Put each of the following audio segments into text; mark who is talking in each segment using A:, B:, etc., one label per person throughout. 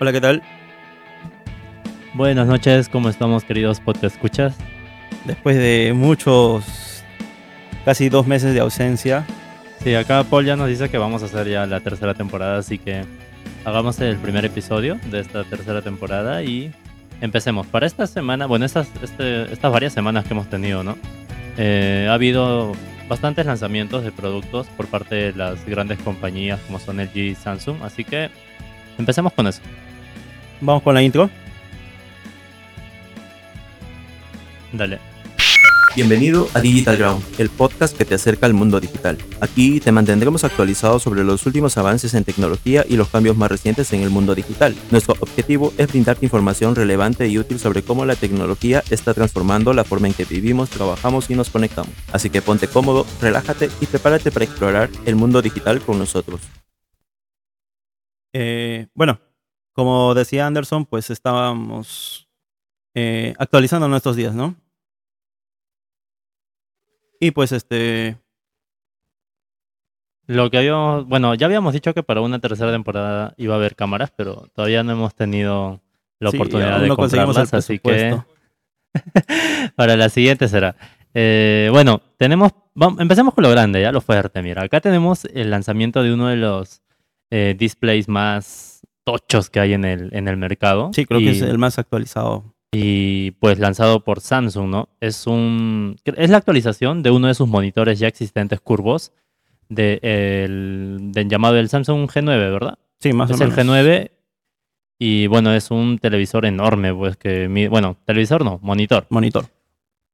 A: Hola, ¿qué tal?
B: Buenas noches, ¿cómo estamos queridos podcast escuchas?
A: Después de muchos, casi dos meses de ausencia,
B: Sí, acá Paul ya nos dice que vamos a hacer ya la tercera temporada, así que hagamos el primer episodio de esta tercera temporada y empecemos. Para esta semana, bueno, estas, este- estas varias semanas que hemos tenido, ¿no? Eh, ha habido bastantes lanzamientos de productos por parte de las grandes compañías como son LG y Samsung, así que empecemos con eso.
A: vamos con la intro.
B: Dale.
C: Bienvenido a Digital Ground, el podcast que te acerca al mundo digital. Aquí te mantendremos actualizado sobre los últimos avances en tecnología y los cambios más recientes en el mundo digital. Nuestro objetivo es brindarte información relevante y útil sobre cómo la tecnología está transformando la forma en que vivimos, trabajamos y nos conectamos. Así que ponte cómodo, relájate y prepárate para explorar el mundo digital con nosotros.
A: Eh, bueno, como decía Anderson, pues estábamos eh, actualizando nuestros días, ¿no? Y pues este,
B: Lo que habíamos, bueno, ya habíamos dicho que para una tercera temporada iba a haber cámaras, pero todavía no hemos tenido la
A: sí,
B: oportunidad
A: aún
B: de
A: no conseguimos el
B: comprarlas, así que
A: presupuesto.
B: para la siguiente será. Eh, bueno, tenemos, vam- empecemos con lo grande, ya lo fuerte, mira. Acá tenemos el lanzamiento de uno de los eh, displays más tochos que hay en el, en el mercado.
A: Sí, creo
B: Y-
A: que es el más actualizado.
B: y pues lanzado por Samsung, ¿no? Es un cre- es la actualización de uno de sus monitores ya existentes curvos de el- del llamado el Samsung G9, ¿verdad?
A: Sí, más
B: es
A: o
B: el
A: menos.
B: G9 y bueno, es un televisor enorme, pues que mi- bueno, televisor no, monitor,
A: Monitor.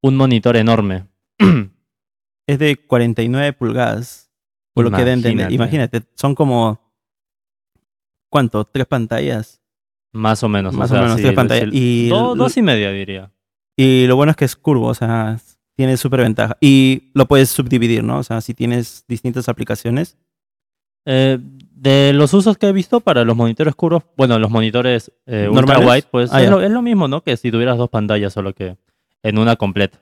B: un monitor enorme.
A: es de 49 pulgadas. Por lo que de entender.
B: Imagínate.
A: Imagínate, son como. ¿Cuánto? ¿Tres pantallas?
B: Más o menos, o
A: Más o
B: sea,
A: menos
B: sí,
A: tres pantallas.
B: sí,
A: Y,
B: do-
A: l-
B: dos y media diría.
A: y lo bueno es que es curvo, o sea, tiene súper ventaja. Y lo puedes subdividir, ¿no? O sea, si tienes distintas aplicaciones.
B: Eh, de los usos que he visto para los monitores curvos, bueno, los monitores eh, ultra
A: ¿Normales?
B: wide, pues
A: Ah,
B: es,
A: ya.
B: lo, es lo mismo, ¿no? Que si tuvieras dos pantallas, solo que en una completa.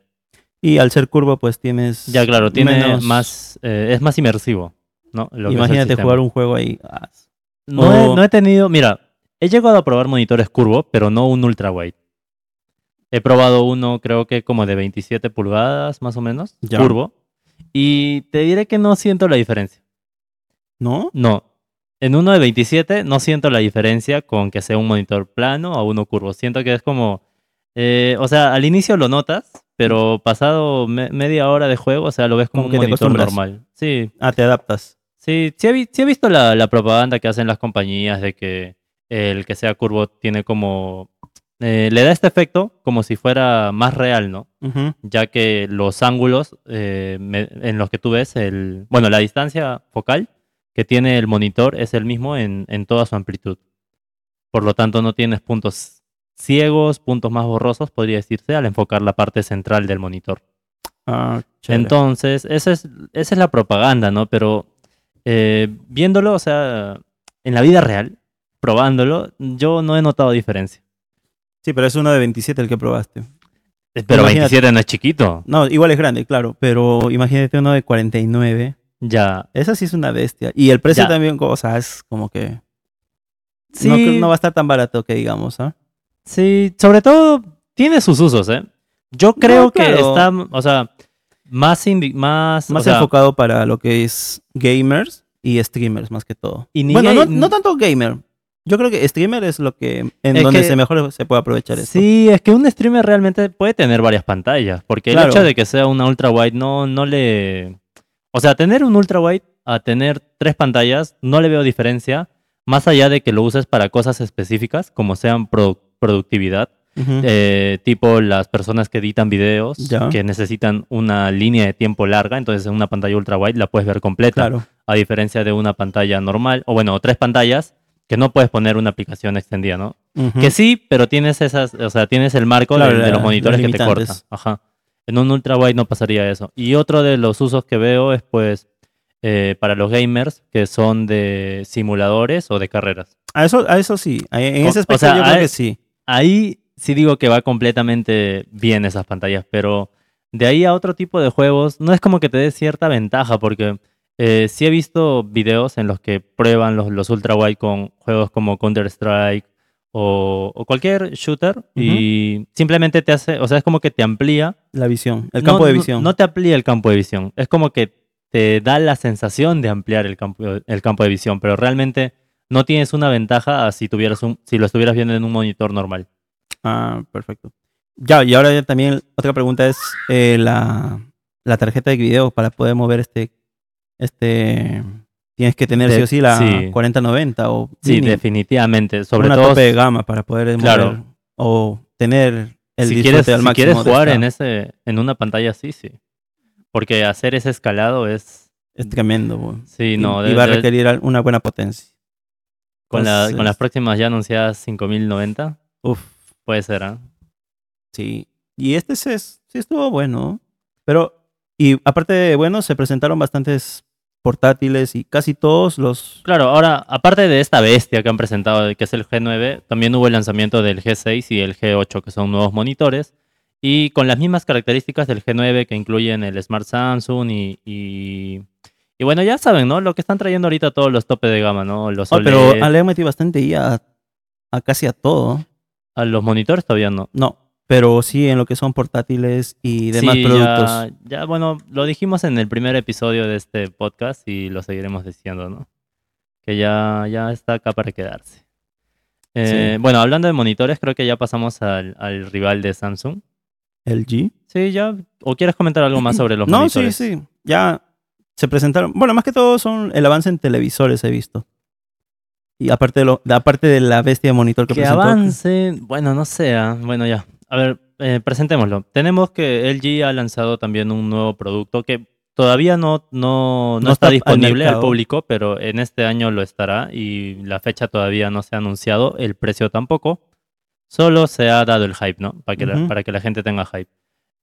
A: Y al ser curvo, pues tienes.
B: Ya, claro, tiene
A: menos-
B: más, eh, es más inmersivo, ¿no? Lo que es el
A: Imagínate
B: sistema.
A: jugar un juego ahí. Ah,
B: No, he,
A: o-
B: no he tenido, mira, he llegado a probar monitores curvos, pero no un ultra wide. He probado uno, creo que como de 27 pulgadas, más o menos,
A: Ya.
B: curvo. Y te diré que no siento la diferencia.
A: ¿No?
B: No. En uno de 27 no siento la diferencia con que sea un monitor plano o uno curvo. Siento que es como... eh, o sea, al inicio lo notas, pero pasado me- media hora de juego, o sea, lo ves como,
A: Como
B: un
A: que te
B: monitor
A: acostumbras.
B: normal. Sí,
A: Ah, te adaptas.
B: sí, sí he, vi- sí he visto la, la propaganda que hacen las compañías de que el que sea curvo tiene como... eh, le da este efecto como si fuera más real, ¿no?
A: Ujú.
B: ya que los ángulos eh, me- en los que tú ves el bueno la distancia focal que tiene el monitor es el mismo en, en toda su amplitud por lo tanto no tienes puntos ciegos puntos más borrosos podría decirse al enfocar la parte central del monitor
A: Ah, chévere.
B: entonces esa es esa es la propaganda no pero eh, viéndolo o sea en la vida real probándolo yo no he notado diferencia
A: Sí, pero es uno de 27 el que probaste.
B: pero
A: Imagínate.
B: 27 no es chiquito
A: No, igual es grande, claro, pero imagínate uno de 49.
B: ya
A: Esa sí es una bestia. Y el precio
B: Ya.
A: también, o sea, es como que.
B: Sí.
A: No, creo- no va a estar tan barato que digamos, ¿ah?
B: Sí, sobre todo tiene sus usos, ¿eh? Yo creo que
A: claro.
B: está, o sea, más, indi- más, o
A: Más
B: sea,
A: enfocado para lo que es gamers y streamers, más que todo.
B: Y ni
A: bueno, no,
B: gay-
A: no tanto gamer. Yo creo que streamer es lo que. En
B: Es
A: donde
B: que-
A: se mejor se puede aprovechar esto.
B: Sí, es que un streamer realmente puede tener varias pantallas, porque el
A: Claro.
B: hecho de que sea una ultra wide no, no le... O sea, tener un ultra wide a tener tres pantallas no le veo diferencia, más allá de que lo uses para cosas específicas, como sean produ- productividad,
A: Ujú.
B: eh, tipo las personas que editan videos,
A: Ya.
B: que necesitan una línea de tiempo larga, entonces en una pantalla ultra wide la puedes ver completa.
A: claro.
B: a diferencia de una pantalla normal, o bueno, tres pantallas, que no puedes poner una aplicación extendida, ¿no?
A: Ujú.
B: Que sí, pero tienes esas, o sea, tienes el marco
A: Claro,
B: de, de
A: la-
B: los monitores
A: los
B: que te corta.
A: limitantes.
B: Ajá. En un ultra wide no pasaría eso. Y otro de los usos que veo es pues eh, para los gamers que son de simuladores o de carreras.
A: A eso, a eso sí. A- En
B: O-
A: ese
B: o
A: aspecto
B: sea,
A: yo
B: a- e-
A: creo que sí.
B: Ahí sí digo que va completamente bien esas pantallas, pero de ahí a otro tipo de juegos no es como que te dé cierta ventaja, porque eh, sí he visto videos en los que prueban los, los ultra wide con juegos como Counter-Strike o, o cualquier shooter y simplemente te hace, o sea, es como que te amplía.
A: La visión, el
B: No,
A: campo de
B: no-
A: visión.
B: No, te amplía el campo de visión, es como que te da la sensación de ampliar el campo, el campo de visión, pero realmente no tienes una ventaja a si, tuvieras un, si lo estuvieras viendo en un monitor normal.
A: Ah, perfecto. Ya, y ahora ya también otra pregunta es eh, la, la tarjeta de video para poder mover este. este Tienes que tener
B: De-
A: sí o sí la
B: sí.
A: 4090 o
B: Sí,
A: mínimo,
B: definitivamente. Sobre
A: una
B: todo
A: tope de gama para poder mover
B: Claro.
A: o tener el
B: si
A: disfrute
B: quieres,
A: al
B: si
A: máximo
B: quieres
A: de
B: jugar
A: esta-
B: en, ese, en una pantalla así, sí. Porque hacer ese escalado es...
A: Es tremendo, bo.
B: Sí,
A: Y,
B: no.
A: y
B: debe-
A: va a
B: debe-
A: requerir al- una buena potencia.
B: con, la- con las
A: Entonces,
B: próximas ya anunciadas 5090,
A: Uf,
B: puede ser, ¿ah?
A: sí. Y este se- sí estuvo bueno. Pero, y aparte de bueno, se presentaron bastantes portátiles y casi todos los
B: Claro, ahora, aparte de esta bestia que han presentado, que es el G9, también hubo el lanzamiento del G6 y el G8, que son nuevos monitores, y con las mismas características del G9 que incluyen el Smart Samsung y... y y bueno, ya saben, ¿no? Lo que están trayendo ahorita todos los tope de gama, ¿no? Los E
A: Oh,
B: OLED,
A: pero le han metido bastante ya a, a casi a todo.
B: a los monitores todavía no.
A: No, pero sí en lo que son portátiles y demás
B: Sí, ya-
A: productos.
B: Ya, bueno, lo dijimos en el primer episodio de este podcast y lo seguiremos diciendo, ¿no? Que ya, ya está acá para quedarse. Eh, Bueno, hablando de monitores, creo que ya pasamos al, al rival de Samsung.
A: LG.
B: Sí, ya. ¿O quieres comentar algo más sobre los
A: No, sí,
B: monitores?
A: sí. Ya se presentaron. Bueno, más que todo son el avance en televisores he visto. Y aparte de, lo, de- aparte de la bestia de monitor que,
B: Que
A: presentó.
B: avance. Bueno, no sea. Bueno, ya. A ver, eh, presentémoslo. Tenemos que LG ha lanzado también un nuevo producto que todavía no, no, no
A: No
B: está,
A: está al
B: disponible al
A: mercado.
B: público, pero en este año lo estará y la fecha todavía no se ha anunciado, el precio tampoco. Solo se ha dado el hype, ¿no? Para que, la,
A: Ujú.
B: para que la gente tenga hype.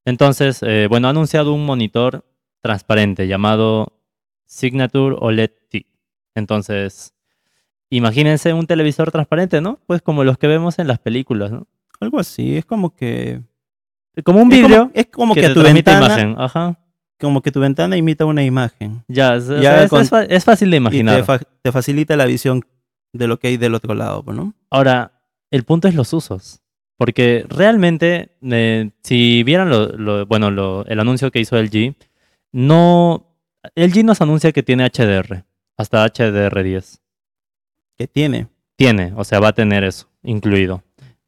B: Entonces, eh, bueno, ha anunciado un monitor transparente llamado Signature OLED T. Entonces, imagínense un televisor transparente, ¿no? Pues como los que vemos en las películas, ¿no?
A: Algo así. Es como que.
B: Como un
A: es como-
B: vidrio
A: Es como,
B: que,
A: que,
B: te
A: tu
B: transmite
A: ventana.
B: imagen. Ajá.
A: Como que tu ventana imita una imagen.
B: Ya, es, o
A: Ya
B: sea, es-
A: con-
B: es fa- es fácil de
A: Y
B: imaginar.
A: te, fa- te facilita la visión de lo que hay del otro lado, pues, ¿no?
B: Ahora, el punto es los usos. Porque realmente, eh, si vieran lo, lo- bueno, lo- el anuncio que hizo LG, no. LG nos anuncia que tiene HDR, hasta HDR10.
A: Que tiene.
B: Tiene, o sea, va a tener eso incluido.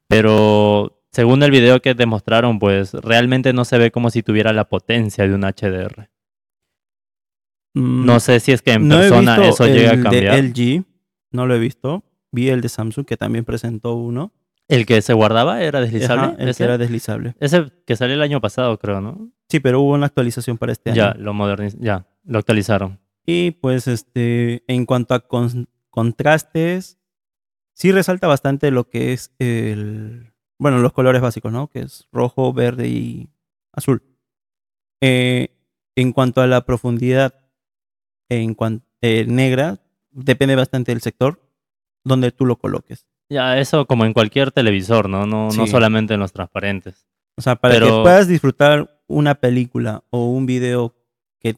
B: Pero según el video que demostraron, pues realmente no se ve como si tuviera la potencia de un HDR.
A: Mm,
B: No sé si es que en
A: no he
B: persona
A: visto
B: eso llega a
A: el
B: cambiar.
A: de
B: El,
A: LG, no lo he visto. Vi el de Samsung que también presentó uno.
B: que se guardaba era deslizable.
A: Ajá, el
B: ese,
A: que era deslizable.
B: ese que salió el año pasado, creo, ¿no?
A: Sí, pero hubo una actualización para este
B: Ya,
A: año.
B: lo moderniz ya, lo actualizaron.
A: Y pues este, en cuanto a con- contrastes, sí resalta bastante lo que es el, bueno, los colores básicos, ¿no? Que es rojo, verde y azul. Eh, en cuanto a la profundidad, en cuanto negra, depende bastante del sector donde tú lo coloques.
B: Ya, eso como en cualquier televisor, ¿no? No, no
A: Sí.
B: solamente en los transparentes.
A: O sea, para
B: Pero-
A: que puedas disfrutar una película o un video que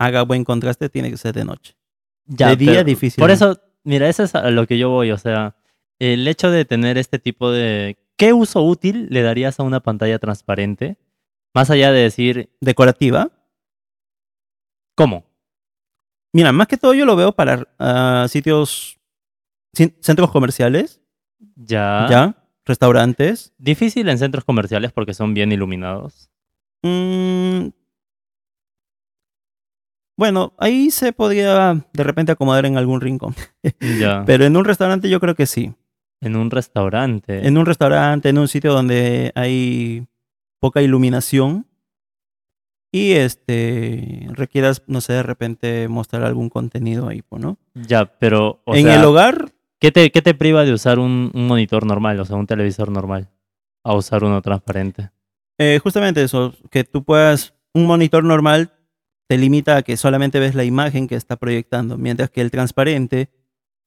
A: haga buen contraste, tiene que ser de noche.
B: Ya,
A: de día
B: pero-
A: difícil.
B: Por eso, mira, eso es a lo que yo voy, o sea, el hecho de tener este tipo de... ¿Qué uso útil le darías a una pantalla transparente? Más allá de decir,
A: decorativa.
B: ¿cómo?
A: Mira, más que todo yo lo veo para ah, sitios, cin- centros comerciales,
B: Ya,
A: ya, restaurantes.
B: Difícil en centros comerciales porque son bien iluminados.
A: Mm, bueno, ahí se podría de repente acomodar en algún rincón.
B: Ah. Ya.
A: Pero en un restaurante yo creo que sí.
B: en un restaurante.
A: En un restaurante, en un sitio donde hay poca iluminación y este requieras, no sé, de repente mostrar algún contenido ahí, pues, ¿no?
B: Ya, pero... o
A: en
B: sea,
A: el hogar,
B: ¿Qué te, qué te priva de usar un, un monitor normal, o sea, un televisor normal, a usar uno transparente?
A: Eh, justamente eso, que tú puedas, un monitor normal te limita a que solamente ves la imagen que está proyectando, mientras que el transparente,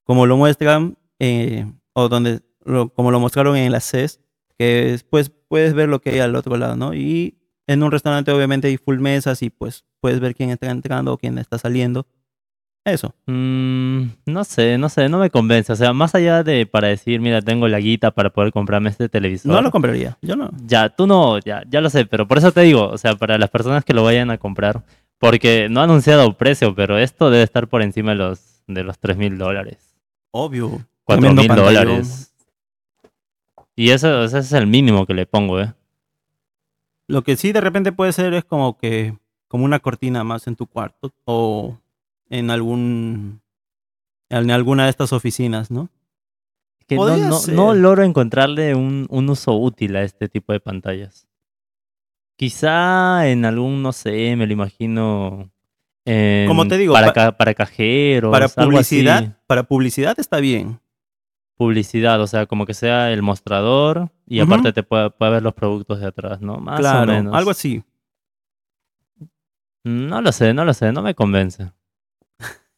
A: como lo muestran, eh, o donde, lo- como lo mostraron en las CES, que es, pues puedes ver lo que hay al otro lado, ¿no? Y en un restaurante obviamente hay full mesas y pues puedes ver quién está entrando o quién está saliendo. Eso.
B: Mm, no sé, no sé, no me convence. O sea, más allá de para decir, mira, tengo la guita para poder comprarme este televisor.
A: No lo compraría. Yo no.
B: Ya, tú no, ya, ya lo sé, pero por eso te digo, o sea, para las personas que lo vayan a comprar, porque no ha anunciado precio, pero esto debe estar por encima de los, de los 3 mil dólares,
A: Obvio.
B: 4 mil
A: Tremendo pantallón.
B: dólares. Y eso, ese es el mínimo que le pongo, ¿eh?
A: Lo que sí de repente puede ser es como que como una cortina más en tu cuarto o en algún en alguna de estas oficinas, ¿no?
B: Que no,
A: Podría
B: no,
A: ser.
B: no logro encontrarle un, un uso útil a este tipo de pantallas. Quizá en algún, no sé, me lo imagino. en-
A: Como te digo,
B: para,
A: pa-
B: ca- para cajeros,
A: Para
B: Pues algo así.
A: publicidad, para publicidad está bien.
B: Publicidad, o sea, como que sea el mostrador y
A: Ujú.
B: aparte te pueda, pueda ver los productos de atrás, ¿no? Más o
A: claro,
B: menos. Mm,
A: algo así.
B: No lo sé, no lo sé, no me convence.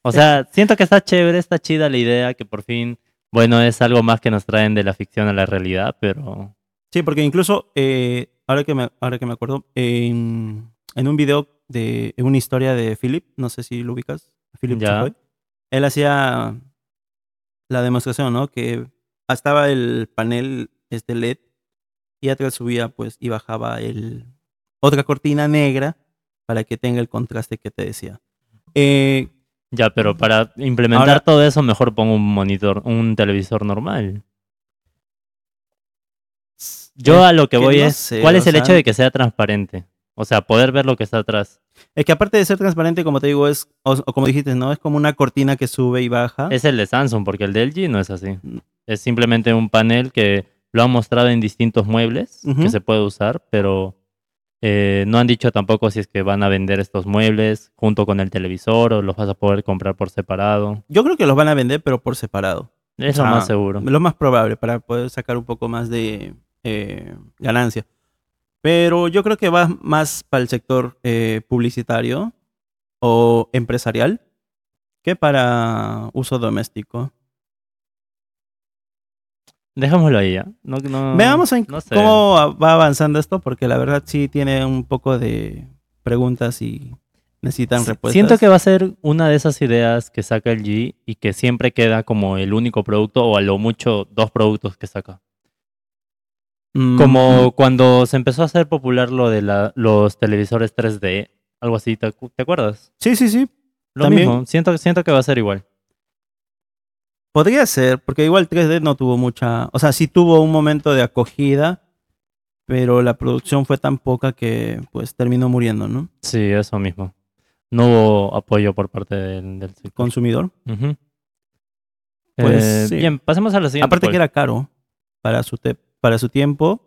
B: O sea, siento que está chévere, está chida la idea, que por fin, bueno, es algo más que nos traen de la ficción a la realidad, pero.
A: Sí, porque incluso eh, ahora que me ahora que me acuerdo en, en un video de en una historia de Philip, no sé si lo ubicas, Philip
B: Ya.
A: Chapoy, él hacía la demostración, ¿no? Que estaba el panel este LED y atrás subía pues y bajaba el otra cortina negra para que tenga el contraste que te decía. Eh,
B: Ya, pero para implementar
A: Ahora-
B: todo eso, mejor pongo un monitor, un televisor normal. Yo
A: es,
B: a lo que
A: que
B: voy
A: no
B: es,
A: sé,
B: ¿cuál
A: o
B: es el
A: sea-
B: hecho de que sea transparente? O sea, poder ver lo que está atrás.
A: es que aparte de ser transparente, como te digo, es o, o como dijiste, ¿no? Es como una cortina que sube y baja.
B: Es el de Samsung, porque el de LG no es así.
A: Mm.
B: Es simplemente un panel que lo han mostrado en distintos muebles
A: Ujú.
B: que se puede usar, pero eh, no han dicho tampoco si es que van a vender estos muebles junto con el televisor o los vas a poder comprar por separado.
A: Yo creo que los van a vender, pero por separado.
B: Es lo
A: Ah,
B: más seguro.
A: Lo más probable para poder sacar un poco más de eh, ganancia. Pero yo creo que va más para el sector eh, publicitario o empresarial que para uso doméstico.
B: Dejémoslo ahí ya. No- no-
A: Veamos en
B: Mm, no sé.
A: cómo a- va avanzando esto, porque la verdad sí tiene un poco de preguntas y necesitan
B: Si-
A: respuestas.
B: Siento que va a ser una de esas ideas que saca el G y que siempre queda como el único producto o a lo mucho dos productos que saca.
A: Mm,
B: Como cuando se empezó a hacer popular lo de la- los televisores 3D, algo así, ¿te, acu- te acuerdas?
A: Sí, sí, sí.
B: Lo
A: También.
B: mismo, siento, siento que va a ser igual.
A: Podría ser, porque igual 3D no tuvo mucha, o sea, sí tuvo un momento de acogida, pero la producción fue tan poca que pues terminó muriendo, ¿no?
B: Sí, eso mismo. No hubo apoyo por parte del, del sector.
A: Consumidor.
B: Ujú.
A: Pues,
B: Eh,
A: sí.
B: Bien, pasemos a la siguiente.
A: Aparte
B: poll.
A: que era caro para su te- para su tiempo,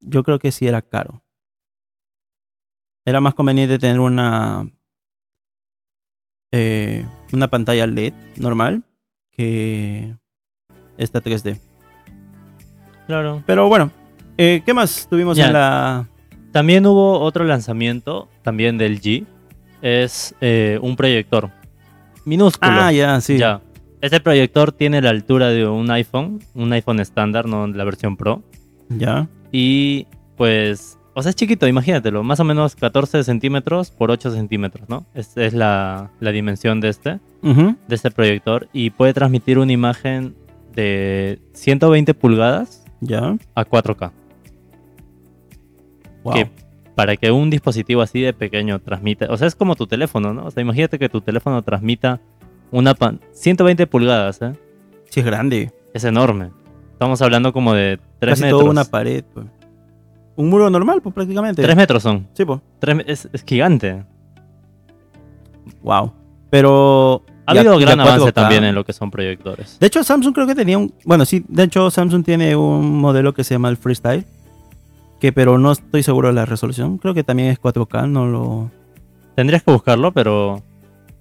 A: yo creo que sí era caro. Era más conveniente tener una eh, una pantalla LED normal que esta 3D.
B: Claro.
A: Pero bueno, eh, ¿qué más tuvimos
B: Ya.
A: en la
B: También hubo otro lanzamiento, también del G. Es eh, un proyector minúsculo.
A: Ah, ya, sí.
B: Ya. Este proyector tiene la altura de un iPhone, un iPhone estándar, no la versión Pro.
A: Ya.
B: Y pues, o sea, es chiquito, imagínatelo, más o menos 14 centímetros por 8 centímetros, ¿no? Esa es la, la dimensión de este,
A: Ujú.
B: de este proyector y puede transmitir una imagen de 120 pulgadas
A: Ya.
B: a 4K.
A: Wow.
B: que para que un dispositivo así de pequeño transmita, o sea, es como tu teléfono, ¿no? O sea, imagínate que tu teléfono transmita una pan 120 pulgadas, ¿eh?
A: Sí, es grande.
B: Es enorme. Estamos hablando como de 3
A: Casi
B: metros.
A: toda una pared. pues. Un muro normal, pues prácticamente.
B: 3 metros son.
A: Sí, pues.
B: Tres me- es, es gigante.
A: Wow. Pero.
B: Ha
A: ya-
B: habido
A: ya
B: gran
A: 4K.
B: avance también en lo que son proyectores.
A: De hecho, Samsung creo que tenía un. Bueno, sí, de hecho, Samsung tiene un modelo que se llama el Freestyle. Que, pero no estoy seguro de la resolución. Creo que también es 4K, no lo.
B: Tendrías que buscarlo, pero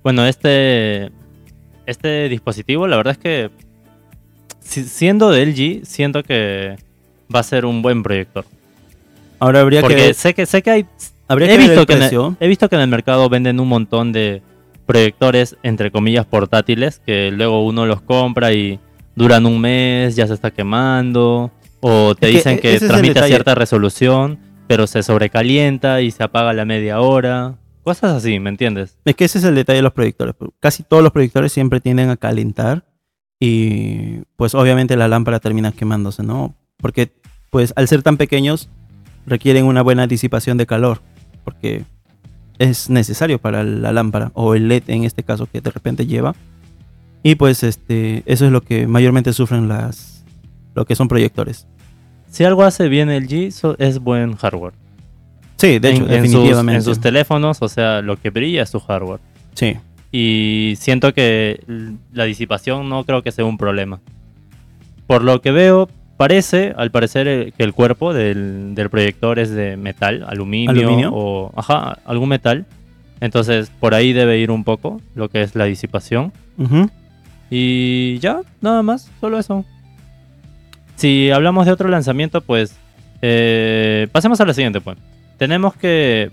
B: bueno, este este dispositivo, la verdad es que si- siendo de LG, siento que va a ser un buen proyector,
A: Ahora habría
B: porque
A: que.
B: sé que sé que hay
A: Habría
B: he
A: que ver
B: visto
A: el
B: que en el,
A: precio.
B: he visto que en el mercado venden un montón de proyectores entre comillas portátiles que luego uno los compra y duran un mes, ya se está quemando o te
A: Es que
B: dicen
A: e-
B: que
A: ese es el
B: transmite a
A: detalle.
B: cierta resolución, pero se sobrecalienta y se apaga a la media hora. Cosas así, ¿me entiendes?
A: Es que ese es el detalle de los proyectores. Casi todos los proyectores siempre tienden a calentar y pues obviamente la lámpara termina quemándose, ¿no? Porque pues al ser tan pequeños requieren una buena disipación de calor porque es necesario para la lámpara o el LED en este caso que de repente lleva. Y pues este eso es lo que mayormente sufren las lo que son proyectores.
B: Si algo hace bien el G, so- es buen hardware.
A: Sí, de hecho,
B: En- en sus-
A: definitivamente.
B: en sus teléfonos, o sea, lo que brilla es su hardware.
A: sí.
B: y siento que l- la disipación no creo que sea un problema. Por lo que veo, parece, al parecer, eh, que el cuerpo del, del proyector es de metal, aluminio,
A: ¿Aluminio?
B: o ajá, algún metal. Entonces, por ahí debe ir un poco lo que es la disipación.
A: Ujú.
B: Y ya, nada más, solo eso. Si hablamos de otro lanzamiento, pues eh, pasemos a la siguiente, pues. Tenemos que...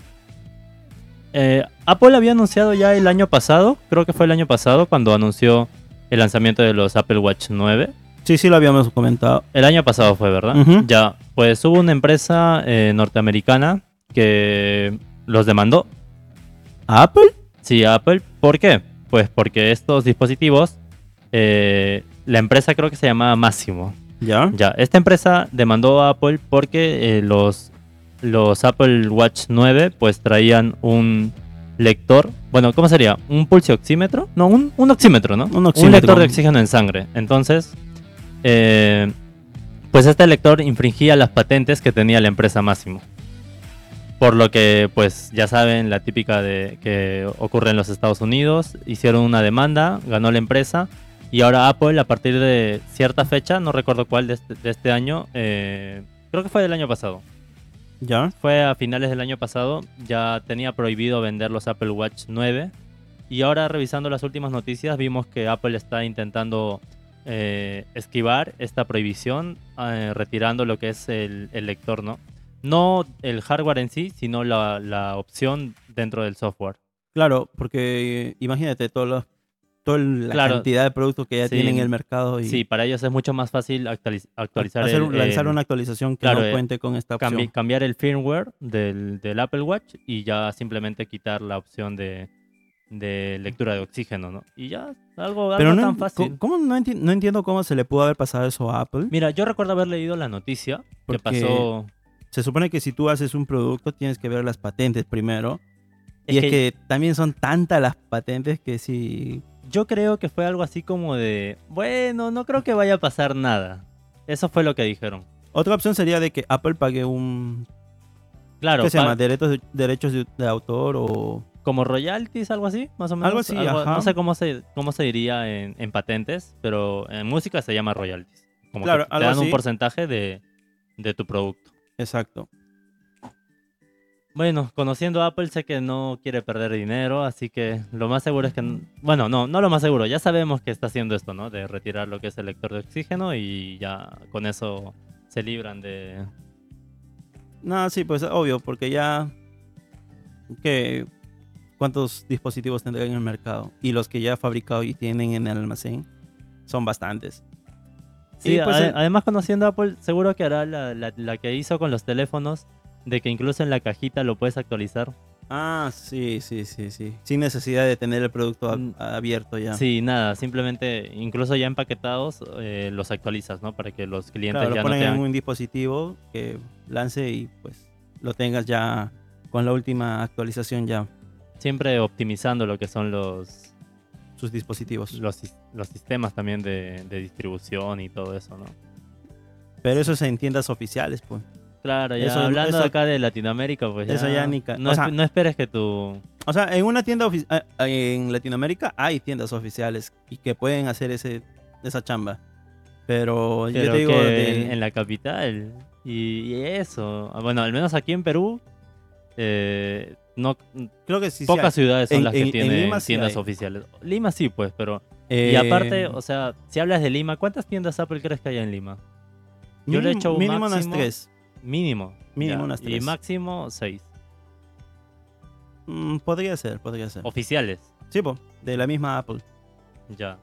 B: eh, Apple había anunciado ya el año pasado, creo que fue el año pasado, cuando anunció el lanzamiento de los Apple Watch 9.
A: Sí, sí lo habíamos comentado.
B: El año pasado fue, ¿verdad?
A: Ujú.
B: Ya, pues hubo una empresa eh, norteamericana que los demandó
A: ¿A Apple?
B: Sí, Apple. ¿Por qué? Pues porque estos dispositivos, eh, la empresa creo que se llamaba Máximo.
A: Ya.
B: Ya, esta empresa demandó a Apple porque eh, los, los Apple Watch 9 pues traían un lector, bueno, ¿cómo sería? ¿Un pulso oxímetro? No, un, un oxímetro, ¿no?
A: Un oxímetro.
B: lector de oxígeno en sangre. Entonces, eh, pues este lector infringía las patentes que tenía la empresa Máximo. Por lo que, pues ya saben, la típica de que ocurre en los Estados Unidos, hicieron una demanda, ganó la empresa y ahora Apple a partir de cierta fecha, no recuerdo cuál de este, de este año, eh, creo que fue del año pasado,
A: Ya.
B: fue a finales del año pasado, ya tenía prohibido vender los Apple Watch 9 y ahora revisando las últimas noticias vimos que Apple está intentando eh, esquivar esta prohibición eh, retirando lo que es el, el lector, ¿no? No el hardware en sí, sino la, la opción dentro del software.
A: Claro, porque eh, imagínate todos los- toda la
B: Claro.
A: cantidad de productos que ya
B: Sí.
A: tienen en el mercado y
B: Sí, para ellos es mucho más fácil actualiz- actualizar
A: hacer-
B: el-
A: lanzar
B: el-
A: una actualización que
B: claro,
A: no
B: eh,
A: cuente con esta opción.
B: cambi- cambiar el firmware del, del Apple Watch y ya simplemente quitar la opción de, de lectura de oxígeno, ¿no? Y ya, algo,
A: Pero
B: algo
A: no,
B: tan
A: en-
B: fácil.
A: ¿cómo, no, enti- no entiendo cómo se le pudo haber pasado eso a Apple.
B: Mira, yo recuerdo haber leído la noticia que
A: Porque-
B: pasó...
A: Se supone que si tú haces un producto tienes que ver las patentes primero.
B: Es
A: y es
B: que-
A: que también son tantas las patentes que si...
B: Yo creo que fue algo así como de, bueno, no creo que vaya a pasar nada. Eso fue lo que dijeron.
A: Otra opción sería de que Apple pague un...
B: Claro,
A: ¿Qué se
B: pa-
A: llama? Derechos, de, derechos de, de autor o...
B: como royalties, algo así, más o menos.
A: Algo así, ajá.
B: No sé cómo se, cómo se diría en, en patentes, pero en música se llama royalties. Como
A: Claro,
B: que te
A: algo
B: dan un
A: así.
B: porcentaje de, de tu producto.
A: Exacto.
B: Bueno, conociendo a Apple sé que no quiere perder dinero, así que lo más seguro es que... n- Bueno, no, no lo más seguro, ya sabemos que está haciendo esto, ¿no? De retirar lo que es el lector de oxígeno y ya con eso se libran de...
A: No, sí, pues obvio, porque ya... que ¿Cuántos dispositivos tendrán en el mercado? Y los que ya ha fabricado y tienen en el almacén son bastantes.
B: Sí,
A: Y, pues,
B: ade-
A: el-
B: además conociendo a Apple seguro que hará la, la- la que hizo con los teléfonos, de que incluso en la cajita lo puedes actualizar.
A: Ah, sí, sí, sí, sí. Sin necesidad de tener el producto ab-
B: Mm.
A: abierto ya.
B: Sí, nada, simplemente incluso ya empaquetados eh, los actualizas, ¿no? Para que los clientes
A: Claro,
B: ya
A: lo
B: no
A: ponen
B: tengan...
A: en un dispositivo que lance y pues lo tengas ya con la última actualización ya
B: Siempre optimizando lo que son los,
A: sus dispositivos.
B: pues, los, sis- los sistemas también de, de distribución y todo eso, ¿no?
A: Pero eso es en tiendas oficiales, pues.
B: Claro, ya
A: Eso-
B: hablando
A: eso-
B: acá de Latinoamérica, pues ya,
A: eso ya ni ca-
B: no,
A: o
B: esp-
A: sea-
B: no esperes que tu...
A: O sea, en una tienda ofi- ah, ah, en Latinoamérica hay tiendas oficiales y que pueden hacer ese esa chamba. Pero, yo
B: pero
A: te digo
B: que
A: de-
B: en, en la capital y, y eso. Ah, Bueno, al menos aquí en Perú, eh, no,
A: creo que sí, sí
B: pocas
A: hay.
B: ciudades son
A: En-
B: las que
A: en- en
B: tienen
A: Lima sí
B: tiendas
A: hay.
B: oficiales. Lima sí, pues, pero...
A: Eh,
B: Y aparte, o sea, si hablas de Lima, ¿cuántas tiendas Apple crees que hay en Lima? yo le he
A: mínimo-
B: hecho un
A: mínimo unas
B: máximo-
A: tres.
B: Mínimo.
A: Mínimo unas
B: Y
A: tres.
B: máximo seis.
A: Mm, podría ser, podría ser.
B: Oficiales.
A: Sí, po, de la misma Apple.
B: Ya.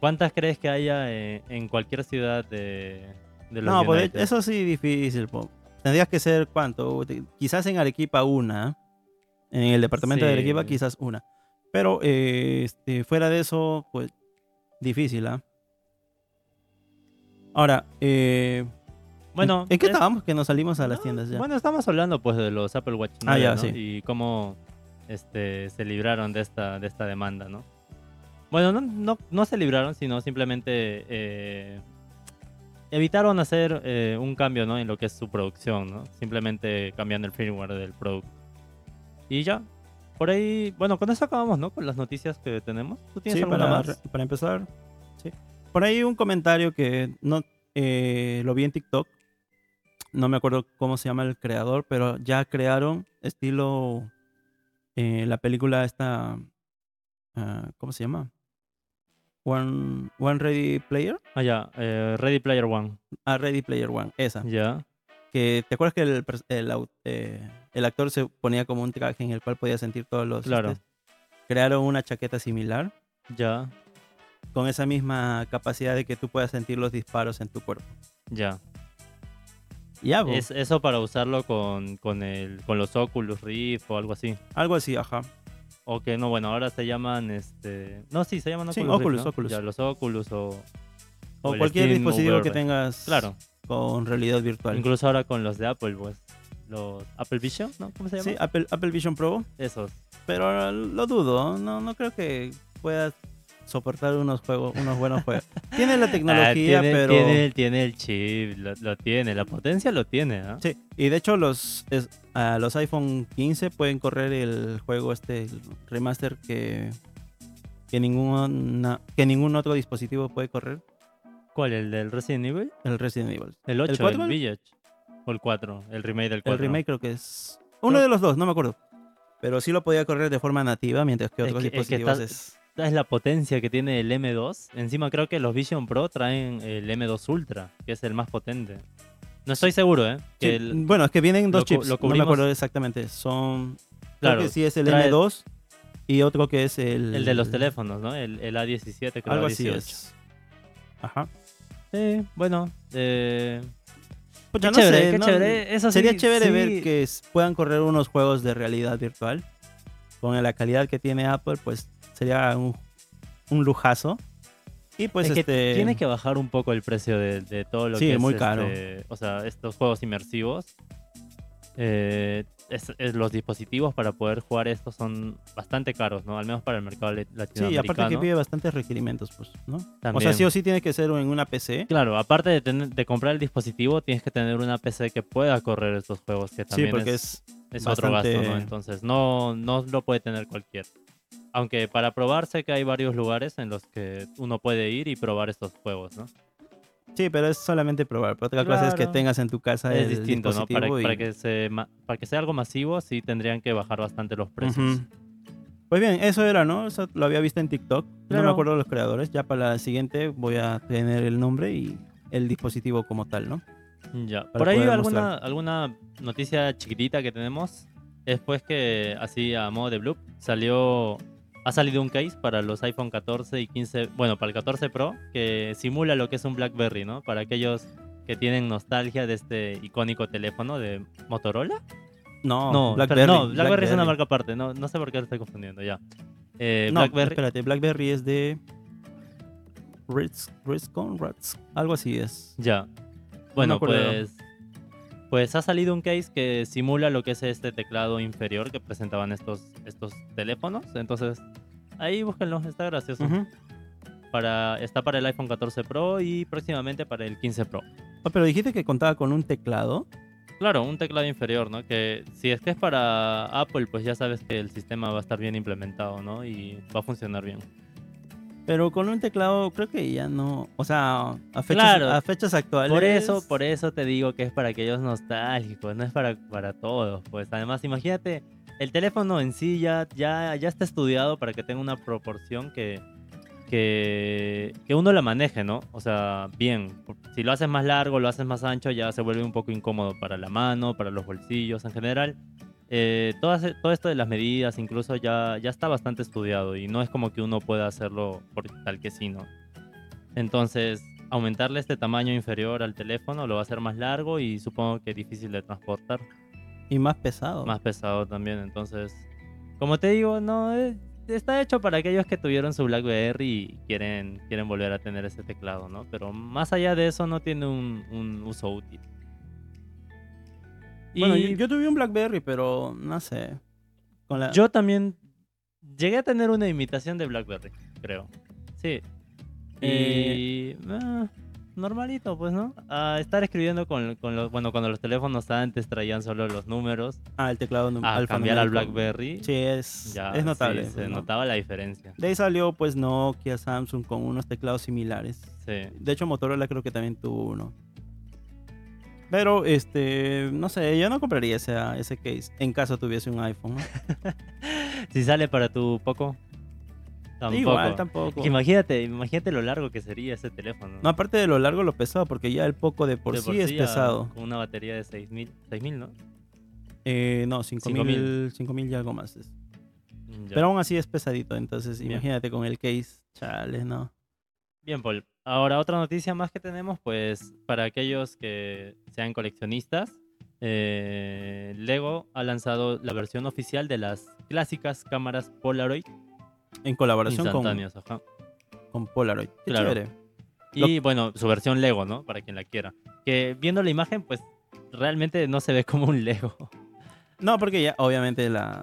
B: ¿Cuántas crees que haya eh, en cualquier ciudad de, de los
A: No, pues
B: United?
A: eso sí difícil, po. Tendrías que ser cuánto, Te- quizás en Arequipa una, En el departamento de
B: Sí.
A: Arequipa quizás una. Pero eh, este, fuera de eso, pues difícil, ¿ah? Ahora, eh,
B: Bueno,
A: ¿en qué
B: es-
A: estábamos que nos salimos a las
B: No,
A: tiendas ya?
B: Bueno, estamos hablando pues de los Apple Watch
A: Ah,
B: 9,
A: ya,
B: ¿no?
A: sí.
B: y cómo este, se libraron de esta, de esta demanda, ¿no? Bueno, no, no, no se libraron, sino simplemente eh, evitaron hacer eh, un cambio ¿no? en lo que es su producción, ¿no? Simplemente cambiando el firmware del producto. Y ya, por ahí, bueno, con eso acabamos, ¿no? Con las noticias que tenemos. ¿Tú tienes
A: Sí,
B: alguna
A: para,
B: más?
A: para empezar. sí. Por ahí un comentario que no eh, lo vi en TikTok. No me acuerdo cómo se llama el creador, pero ya crearon estilo eh, la película esta. ah, ¿Cómo se llama? One, One Ready Player.
B: Ah, ya, eh, Ready Player One,
A: Ah, Ready Player One, esa.
B: ya.
A: Que, ¿Te acuerdas que el, pers- el au- eh, el actor se ponía como un traje en el cual podía sentir todos los.
B: Claro.
A: este, crearon una chaqueta similar.
B: Ya,
A: con esa misma capacidad de que tú puedas sentir los disparos en tu cuerpo.
B: ya.
A: Ya, bo.
B: Es eso para usarlo con, con, el, con los Oculus Rift o algo así.
A: algo así, ajá.
B: O que no, bueno, ahora se llaman este. No, sí, se llaman Oculus.
A: Sí,
B: Rift,
A: Oculus,
B: ¿no?
A: Oculus.
B: Ya, los Oculus o.
A: O,
B: el
A: cualquier
B: Steam
A: dispositivo
B: VR.
A: que tengas
B: Claro.
A: con realidad virtual.
B: Incluso ahora con los de Apple, pues. Los Apple Vision, ¿no? ¿Cómo se llama?
A: Sí, Apple, Apple Vision Pro,
B: Esos.
A: pero lo dudo, no, no creo que puedas soportar unos juegos, unos buenos juegos. Tiene la tecnología,
B: Ah, tiene,
A: pero...
B: tiene, tiene el chip, lo, lo tiene, la potencia lo tiene, ¿ah? ¿no?
A: Sí, y de hecho los, es- ah, los iPhone 15 pueden correr el juego este el remaster que, que, ninguna, que ningún otro dispositivo puede correr,
B: ¿Cuál? ¿El del Resident Evil?
A: el Resident Evil.
B: El 8, el,
A: cuatro?
B: Village. O el 4, el remake del 4.
A: El remake creo que es. Uno de los dos, no me acuerdo. Pero sí lo podía correr de forma nativa, mientras que
B: Es
A: otros
B: que- es que
A: dispositivos
B: está-
A: es.
B: Esta es la potencia que tiene el M2. Encima creo que los Vision Pro traen el M2 Ultra, que es el más potente. No estoy seguro, ¿eh? Que
A: Sí, mm,
B: el-
A: bueno, es que vienen dos
B: lo cu-
A: chips.
B: lo
A: no me
B: cubrimos.
A: acuerdo exactamente. Son.
B: claro,
A: creo que sí es el
B: trae-
A: M2 y otro que es el.
B: el de los teléfonos, ¿no? El, el A17, creo.
A: Algo así
B: A18.
A: es. Ajá.
B: Sí, bueno. eh,
A: Pucha,
B: qué
A: Pues no
B: chévere,
A: sé,
B: qué
A: no-
B: chévere. Eso sí,
A: Sería chévere
B: sí.
A: ver que s- puedan correr unos juegos de realidad virtual. Con la calidad que tiene Apple, pues sería un, un lujazo. Y pues
B: Es que
A: este.
B: tiene que bajar un poco el precio de, de todo lo
A: Sí,
B: que es
A: muy caro.
B: este, o sea, estos juegos inmersivos. Eh, es- es- los dispositivos para poder jugar estos son bastante caros, ¿no? Al menos para el mercado le-
A: Sí,
B: latinoamericano.
A: y aparte que pide bastantes requerimientos, pues, ¿no? O sea,
B: También.
A: sí o sí tiene que ser en una PC.
B: Claro, aparte de, tener- de comprar el dispositivo, tienes que tener una PC que pueda correr estos juegos, que
A: Sí,
B: también
A: porque
B: es,
A: es,
B: es otro gasto,
A: bastante-
B: ¿no? Entonces, no, no lo puede tener cualquier. Aunque para probar sé que hay varios lugares en los que uno puede ir y probar estos juegos, ¿no?
A: sí, pero es solamente probar. Pero otra cosa es que
B: Claro.
A: tengas en tu casa
B: es
A: el
B: distinto, ¿no? Para,
A: dispositivo y-
B: para que se, ma- para que sea algo masivo, sí tendrían que bajar bastante los precios.
A: Ujú. Pues bien, eso era, ¿no? Eso lo había visto en TikTok. No me
B: Claro.
A: acuerdo los creadores. Ya para la siguiente voy a tener el nombre y el dispositivo como tal, ¿no?
B: Ya.
A: Para
B: Por ahí
A: poder
B: alguna, alguna noticia chiquitita que tenemos es pues que así a modo de bloop salió ha salido un case para los iPhone 14 y 15, bueno, para el 14 Pro que simula lo que es un BlackBerry, ¿no? Para aquellos que tienen nostalgia de este icónico teléfono de Motorola.
A: No,
B: no,
A: BlackBerry.
B: espera, no, BlackBerry, es una marca aparte, no, no sé por qué lo estoy confundiendo ya. Eh,
A: No,
B: BlackBerry,
A: espérate, BlackBerry es de... Ritz, Ritz Conrads, algo así es.
B: Ya. Bueno,
A: acuerdo.
B: pues. Pues ha salido un case que simula lo que es este teclado inferior que presentaban estos, estos teléfonos. Entonces, ahí búsquenlo, está gracioso.
A: Ujú.
B: para, está para el iPhone 14 Pro y próximamente para el 15 Pro.
A: Oh, pero dijiste que contaba con un teclado.
B: Claro, un teclado inferior, ¿no? Que si es que es para Apple, pues ya sabes que el sistema va a estar bien implementado, ¿no? Y va a funcionar bien.
A: Pero con un teclado creo que ya no. O sea, a fechas,
B: Claro.
A: a fechas actuales.
B: Por eso, por e- eso te digo que es para aquellos nostálgicos, no es para, para todos. Pues además, imagínate, el teléfono en sí ya, ya, ya está estudiado para que tenga una proporción que, que, que uno la maneje, ¿no? O sea, bien. Si lo haces más largo, lo haces más ancho, ya se vuelve un poco incómodo para la mano, para los bolsillos en general. Eh, todas- todo esto de las medidas incluso ya, ya está bastante estudiado y no es como que uno pueda hacerlo por tal que sí, ¿no? Entonces, aumentarle este tamaño inferior al teléfono lo va a hacer más largo y supongo que difícil de transportar,
A: Y más pesado.
B: más pesado también. Entonces, Como te digo, no eh, está hecho para aquellos que tuvieron su BlackBerry y quieren, quieren volver a tener ese teclado, ¿no? Pero más allá de eso no tiene un, un uso útil. Y
A: Bueno, yo,
B: yo,
A: yo tuve un Blackberry, pero no sé. Con la...
B: también llegué a tener una imitación de BlackBerry, creo. Sí. Y ah, normalito, pues, ¿no? A estar escribiendo con, con los, bueno, cuando los teléfonos antes traían solo los números,
A: Ah, el teclado num-
B: a
A: alfa
B: cambiar al
A: numérico.
B: BlackBerry.
A: Sí, es,
B: ya,
A: es notable.
B: sí, se
A: pues, ¿no?
B: notaba la diferencia.
A: De ahí salió pues Nokia, Samsung con unos teclados similares.
B: Sí.
A: De hecho Motorola creo que también tuvo uno. Pero este, no sé, yo no compraría ese, ese case en caso tuviese un iPhone. ¿no?
B: Si sale para tu poco, tampoco.
A: Igual tampoco.
B: Imagínate, imagínate lo largo que sería ese teléfono.
A: No, aparte de lo largo lo pesado, porque ya el poco de por
B: De
A: sí es
B: ya,
A: pesado.
B: con Una batería de 6000, 6000, ¿no?
A: Eh, no, 5000
B: 5000.
A: 5000 y algo más. es.
B: Ya.
A: Pero aún así es pesadito, entonces
B: Bien.
A: imagínate con el case, chale, no.
B: Bien, Paul. Ahora, otra noticia más que tenemos, pues, para aquellos que sean coleccionistas, eh, Lego ha lanzado la versión oficial de las clásicas cámaras Polaroid
A: En colaboración con,
B: instantáneas. ajá.
A: con Polaroid. Qué
B: Claro.
A: chévere.
B: Y bueno, su versión Lego, ¿no? Para quien la quiera. Que viendo la imagen, pues, realmente no se ve como un Lego.
A: No, porque ya obviamente las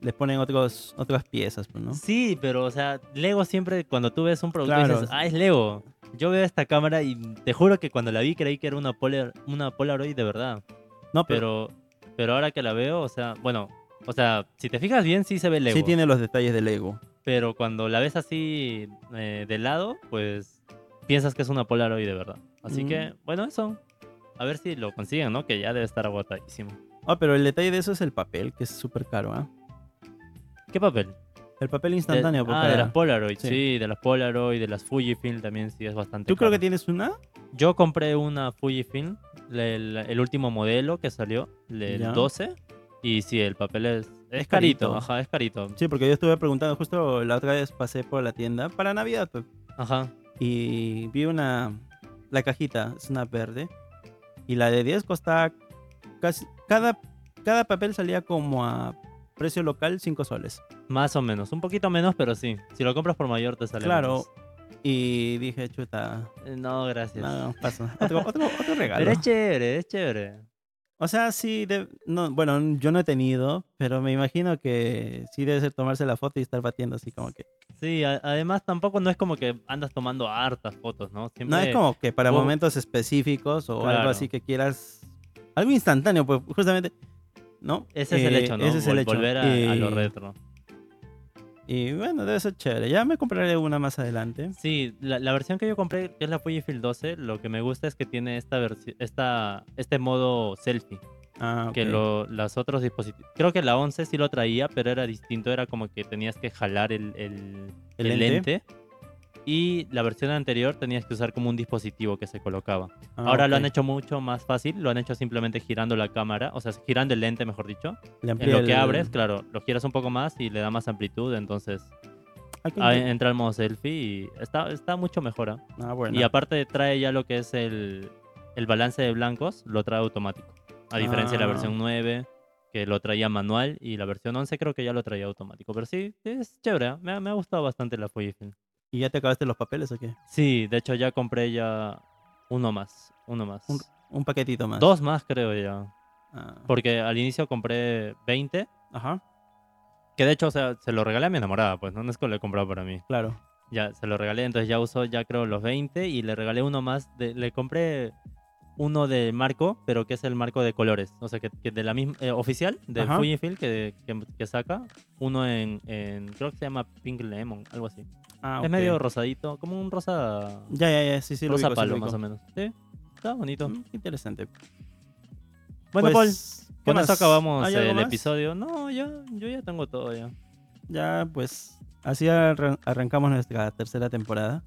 A: les ponen otros, otras piezas, pues, ¿no?
B: Sí, pero o sea, Lego siempre cuando tú ves un producto
A: Claro.
B: dices, ah, es Lego. Yo veo esta cámara y te juro que cuando la vi creí que era una, Polar- una Polaroid de verdad.
A: No, pero,
B: Pero, pero ahora que la veo, o sea, bueno, o sea, si te fijas bien sí se ve Lego.
A: sí tiene los detalles del Lego.
B: Pero cuando la ves así eh, de lado, pues piensas que es una Polaroid de verdad. Así
A: Mm.
B: que, bueno, eso. A ver si lo consiguen, ¿no? Que ya debe estar agotadísimo.
A: Ah, pero el detalle de eso es el papel, que es súper caro, ¿ah?
B: ¿Qué papel?
A: El papel instantáneo,
B: de,
A: por
B: ah,
A: cara.
B: de las Polaroid,
A: Sí.
B: sí. de las Polaroid, de las Fujifilm también sí es bastante
A: ¿Tú creo
B: caro.
A: que tienes una?
B: Yo compré una Fujifilm, la- el, el último modelo que salió, el
A: Ya.
B: 12. Y sí, el papel es, es,
A: Es carito.
B: carito. Ajá, es carito.
A: Sí, porque yo estuve preguntando, justo la otra vez pasé por la tienda para Navidad pues,
B: Ajá.
A: y vi una. La cajita, es una verde. Y la de 10 costaba. Casi, cada, cada papel salía como a precio local 5 soles.
B: Más o menos. Un poquito menos, pero sí. Si lo compras por mayor te sale
A: Claro.
B: menos.
A: Y dije, chuta,
B: Eh, No, gracias.
A: no, no, paso. Otro, otro, otro regalo.
B: pero es chévere, es chévere.
A: O sea, sí, de- no, bueno, yo no he tenido, pero me imagino que sí debe ser tomarse la foto y estar batiendo así como que...
B: Sí, a- además tampoco no es como que andas tomando hartas fotos, ¿no? Siempre,
A: No es como que para
B: o-
A: momentos específicos o algo
B: Claro.
A: así que quieras... Algo instantáneo, pues justamente, ¿no?
B: Ese es el
A: Eh,
B: hecho, ¿no?
A: Ese es el
B: Vol-
A: hecho. Eh,
B: Volver a, a lo
A: Y-
B: retro.
A: Y bueno, debe ser chévere. Ya me compraré una más adelante.
B: Sí, la, la versión que yo compré, que es la Fujifilm 12, lo que me gusta es que tiene esta versi- esta, este modo selfie.
A: Ah,
B: que
A: ok.
B: lo, los otros dispositivos. Creo que la 11 sí lo traía, pero era distinto. Era como que tenías que jalar el, el,
A: ¿El
B: el
A: lente?
B: lente. Y la versión anterior tenías que usar como un dispositivo que se colocaba.
A: Ah,
B: Ahora lo
A: ok.
B: han hecho mucho más fácil. Lo han hecho simplemente girando la cámara, o sea, girando el lente, mejor dicho.
A: Le
B: En
A: amplía
B: lo que
A: el-
B: abres, claro, lo giras un poco más y le da más amplitud. Entonces
A: Ah, qué
B: ah,
A: inter-
B: entra el modo selfie y está, está mucho mejor. ¿ah?
A: ah, bueno.
B: Y aparte trae ya lo que es el, el balance de blancos, lo trae automático. A diferencia de
A: Ah.
B: la versión 9, que lo traía manual, y la versión 11 creo que ya lo traía automático. Pero sí, es chévere, ¿eh? me, ha- me ha gustado bastante la Fujifilm.
A: ¿Y ya te acabaste los papeles o qué?
B: Sí, de hecho ya compré ya uno más, uno más.
A: Un- Un paquetito más.
B: Dos más creo ya.
A: Ah,
B: Porque al inicio compré 20,
A: Ajá,
B: que de hecho o sea, se lo regalé a mi enamorada, pues no, no es que lo he comprado para mí.
A: claro.
B: Ya, se lo regalé, entonces ya usó ya creo los 20 y le regalé uno más, de- le compré uno de marco, pero que es el marco de colores, o sea, que, que de la misma, eh, oficial, de
A: Ajá.
B: Fujifilm que, que, que saca, uno en, en, creo que se llama Pink Lemon, algo así.
A: Ah,
B: Es
A: ok.
B: medio rosadito, como un rosa,
A: Ya, ya, ya, sí, sí, lo
B: rosa
A: ubico, sí
B: palo
A: lo ubico.
B: más o menos. Sí, está bonito.
A: Mm, qué interesante.
B: Bueno,
A: Pues,
B: Paul,
A: ¿qué
B: con
A: más?
B: eso acabamos
A: ¿Hay algo
B: el
A: más?
B: episodio. No, ya, yo ya tengo todo ya.
A: Ya, pues, así arran- arrancamos nuestra tercera temporada.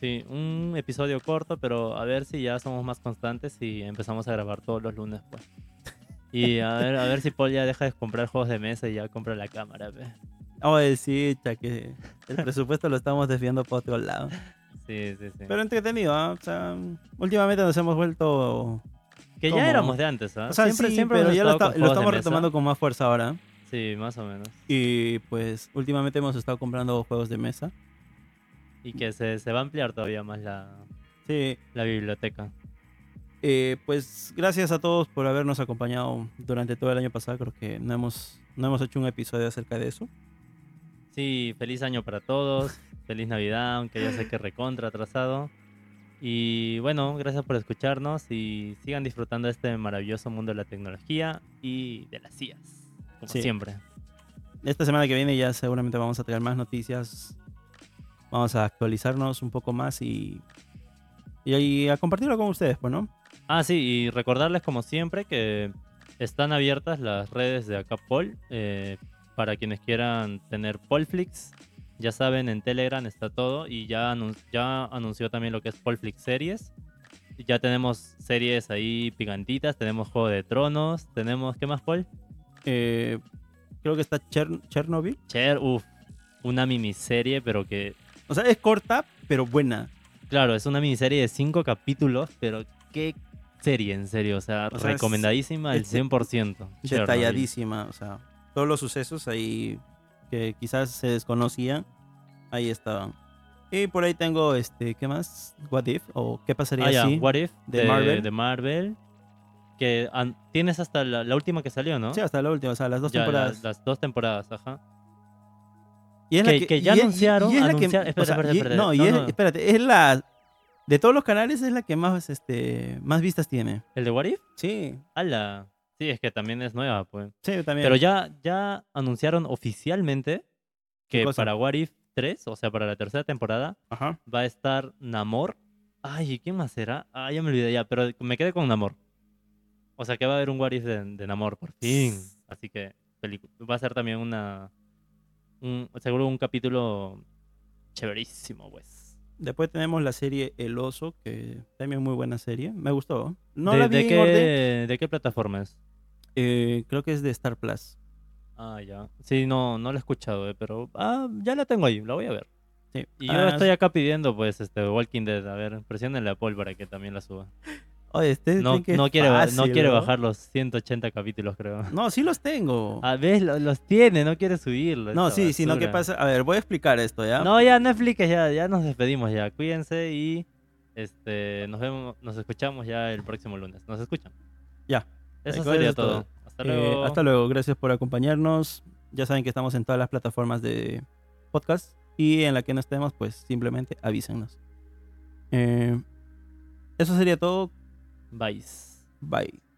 B: Sí, un episodio corto, pero a ver si ya somos más constantes y empezamos a grabar todos los lunes, pues. Y a ver, a ver si Paul ya deja de comprar juegos de mesa y ya compra la cámara, pues. pe.
A: Vamos a decir, Oh, ya que el presupuesto lo estamos desviando para otro lado.
B: Sí, sí, sí.
A: Pero entretenido, ¿ah? O sea, últimamente nos hemos vuelto...
B: que
A: ¿cómo?
B: ya éramos de antes, ¿ah?
A: O sea, sí, pero
B: hemos
A: ya lo,
B: estado
A: esta-
B: con
A: lo
B: juegos de
A: estamos
B: mesa.
A: retomando con más fuerza ahora.
B: Sí, más o menos.
A: Y pues últimamente hemos estado comprando juegos de mesa.
B: Y que se, se va a ampliar todavía más la,
A: Sí,
B: la biblioteca.
A: eh, pues gracias a todos por habernos acompañado durante todo el año pasado. Creo que no hemos, no hemos hecho un episodio acerca de eso.
B: Sí, feliz año para todos. feliz Navidad, aunque ya sé que recontra atrasado. Y bueno, gracias por escucharnos y sigan disfrutando de este maravilloso mundo de la tecnología y de las IAS. Como
A: Sí.
B: siempre.
A: Esta semana que viene ya seguramente vamos a traer más noticias. Vamos a actualizarnos un poco más y, y, y a compartirlo con ustedes, pues, ¿no?
B: Ah, sí, y recordarles como siempre que están abiertas las redes de acá Paul eh, para quienes quieran tener Polflix. Ya saben, en Telegram está todo y ya, anun- ya anunció también lo que es Polflix Series. Y Ya tenemos series ahí picantitas, tenemos Juego de Tronos, tenemos, ¿qué más, Paul?
A: Eh, creo que está Chern- Chernobyl.
B: Cher, uff, una miniserie, pero que,
A: O sea, es corta, pero buena.
B: claro, es una miniserie de cinco capítulos, pero qué serie, en serio, o sea,
A: O sea, es-
B: recomendadísima al
A: es
B: 100%. Chernobyl.
A: detalladísima. O sea, todos los sucesos ahí que quizás se desconocían, ahí estaban. Y por ahí tengo, este, ¿qué más? ¿What if? ¿O qué pasaría
B: Ah, ya,
A: si?
B: What If
A: de
B: de,
A: Marvel.
B: Marvel. de Marvel. Que an- tienes hasta la, la última que salió, ¿no?
A: Sí, hasta la última, o sea, las dos
B: Ya, la-
A: temporadas.
B: las dos temporadas, ajá.
A: Y es
B: Que- que ya
A: y es-
B: anunciaron-
A: y es la que-
B: anunciaron- espérate,
A: o sea,
B: espérate,
A: y-
B: espérate.
A: No, y
B: No,
A: es,
B: no.
A: espérate, es la. De todos los canales es la que más, este, más vistas tiene.
B: ¿El de What If?
A: Sí,
B: Ala. Sí, es que también es nueva, pues.
A: sí, también.
B: Pero ya, ya anunciaron oficialmente
A: ¿Qué
B: que
A: cosa?
B: para What If 3, o sea, para la tercera temporada,
A: Ajá.
B: va a estar Namor. Ay, ¿y quién más será? Ah, ya me olvidé ya, pero me quedé con Namor. O sea que va a haber un What If de, de Namor, por fin. Así que pelicu- va a ser también una. un- seguro un capítulo chéverísimo, pues.
A: Después tenemos la serie El Oso, que también es muy buena serie. Me gustó. No
B: ¿De,
A: la vi
B: de
A: en
B: qué,
A: orden.
B: ¿De qué plataforma es?
A: Eh, creo que es de Star Plus.
B: Ah, ya. Sí, no, no la he escuchado, eh, pero ah, ya la tengo ahí, la voy a ver.
A: Sí.
B: Y yo
A: Ah,
B: estoy acá pidiendo, pues, este Walking Dead. A ver, presionenle a Paul para que también la suba.
A: oye, este
B: No,
A: cree que es
B: no quiere, ba- no
A: fácil,
B: quiere
A: ¿no?
B: bajar Ah, los 180 capítulos, creo.
A: No, sí los tengo.
B: A ver, lo- los tiene, no quiere subirlo.
A: no,
B: esta
A: sí, sí, no, ¿qué
B: pues, basura.
A: pasa? A ver, voy a explicar esto, ¿ya?
B: No, ya Netflix, ya, ya nos despedimos ya. Cuídense y este nos vemos, nos escuchamos ya el próximo lunes. Nos escuchan.
A: Ya.
B: Eso
A: Recuerden
B: sería
A: esto.
B: todo. Hasta
A: Eh,
B: luego.
A: hasta luego, gracias por acompañarnos. Ya saben que estamos en todas las plataformas de podcast y en la que no estemos, pues simplemente avísenos. Eh, eso sería todo.
B: Bye.
A: Bye.